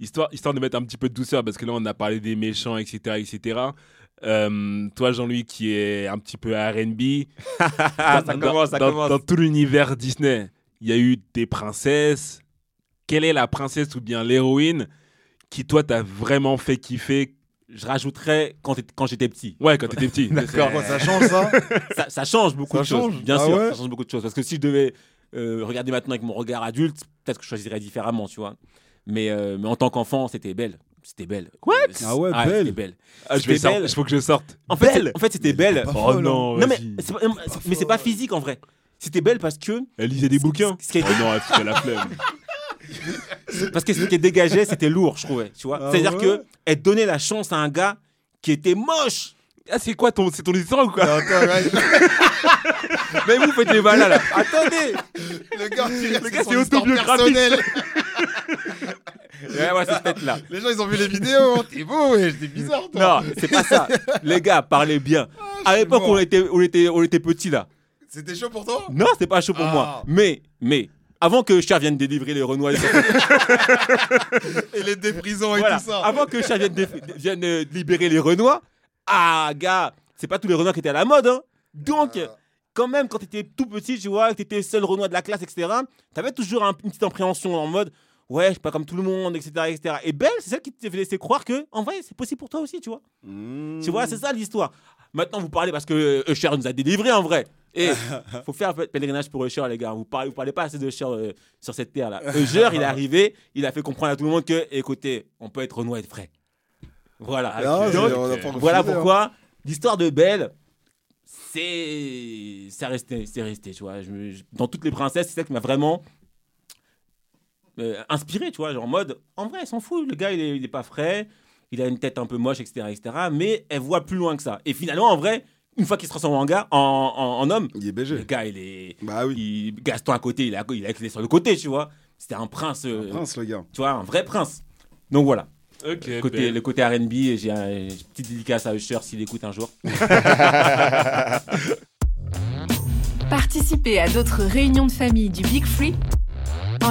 histoire, histoire de mettre un petit peu de douceur, parce que là, on a parlé des méchants, etc. etc. Euh, toi, Jean-Louis, qui est un petit peu RB, ça dans- commence, ça dans- commence. dans tout l'univers Disney, il y a eu des princesses. Quelle est la princesse ou bien l'héroïne qui, toi, t'as vraiment fait kiffer Je rajouterais quand, t'étais- quand j'étais petit. Ouais, quand t'étais petit. D'accord, C'est- ça change ça ça, ça change beaucoup Ça de choses. change Bien Ah sûr, ouais ça change beaucoup de choses. Parce que si je devais euh, regarder maintenant avec mon regard adulte, peut-être que je choisirais différemment, tu vois. Mais, euh, mais en tant qu'enfant, c'était belle. C'était belle. Quoi Ah ouais, belle. C'était belle. Ah, je vais C'était sortir, belle. faut que je sorte. En fait, c'est- en fait, c'était belle. pas Oh folle, non, Non, mais vas-y. c'est pas, mais c'est pas physique en vrai. C'était belle parce que, Elle lisait des Ce- bouquins. ce qui est- Oh non, elle fait la flemme. parce que ce qui dégageait, c'était lourd, je trouvais. Tu vois Ah C'est-à-dire ouais que elle donnait la chance à un gars qui était moche. Ah, c'est quoi ton, c'est ton histoire ou quoi Attends, ouais, Mais vous faites les valas là. Attendez le gars, le gars, c'est autobiographique. Ouais, ouais, c'est peut-être là. Les gens, ils ont vu les vidéos. T'es beau, ouais, t'es bizarre, Non, toi. c'est pas ça. Les gars, parlez bien. à Ah, suis l'époque, mort. on était, on, était, on était petits là. C'était chaud pour toi Non, c'est pas chaud pour Ah. moi. Mais, mais, avant que Cher vienne délivrer les Renois, Et les déprisons et voilà. tout ça. avant que Cher vienne, dé- vienne, euh, libérer les Renois, ah gars, c'est pas tous les Renois qui étaient à la mode. Hein. Donc, Ah. quand même, quand t'étais tout petit, tu vois, que t'étais seul Renois de la classe, etc., t'avais toujours un- une petite appréhension en mode. Ouais, je suis pas comme tout le monde, etc. etc. Et Belle, c'est celle qui te fait laisser croire que, en vrai, c'est possible pour toi aussi, tu vois. Tu vois, c'est ça l'histoire. Maintenant, vous parlez parce que euh, Usher nous a délivré en vrai. Et faut faire un peu de pèlerinage pour Usher, les gars. Vous parlez, vous parlez pas assez de Usher euh, sur cette terre-là. Usher, il est arrivé, il a fait comprendre à tout le monde que, écoutez, on peut être renois et être frais. Voilà. Non, Donc, Ah, c'est- on a pas refusé, voilà hein. pourquoi l'histoire de Belle, c'est. C'est resté, c'est resté, tu vois. Je me- je- Dans toutes les princesses, c'est ça qui m'a vraiment. euh, inspiré, tu vois, genre en mode, en vrai, elle s'en fout, le gars, il est, il est pas frais, il a une tête un peu moche, etc., etc., mais elle voit plus loin que ça. Et finalement, en vrai, une fois qu'il se transforme en gars, en, en- en homme, Il est le BG. gars, il est. Bah oui. il- Gaston à côté, il a, il a il est sur le côté, tu vois. C'était un prince, euh, Prince, le gars. tu vois, un vrai prince. Donc voilà. Ok. Le Ben- côté, le côté RB, et j'ai un- une petite dédicace à Usher s'il écoute un jour. Participez à d'autres réunions de famille du Big Free en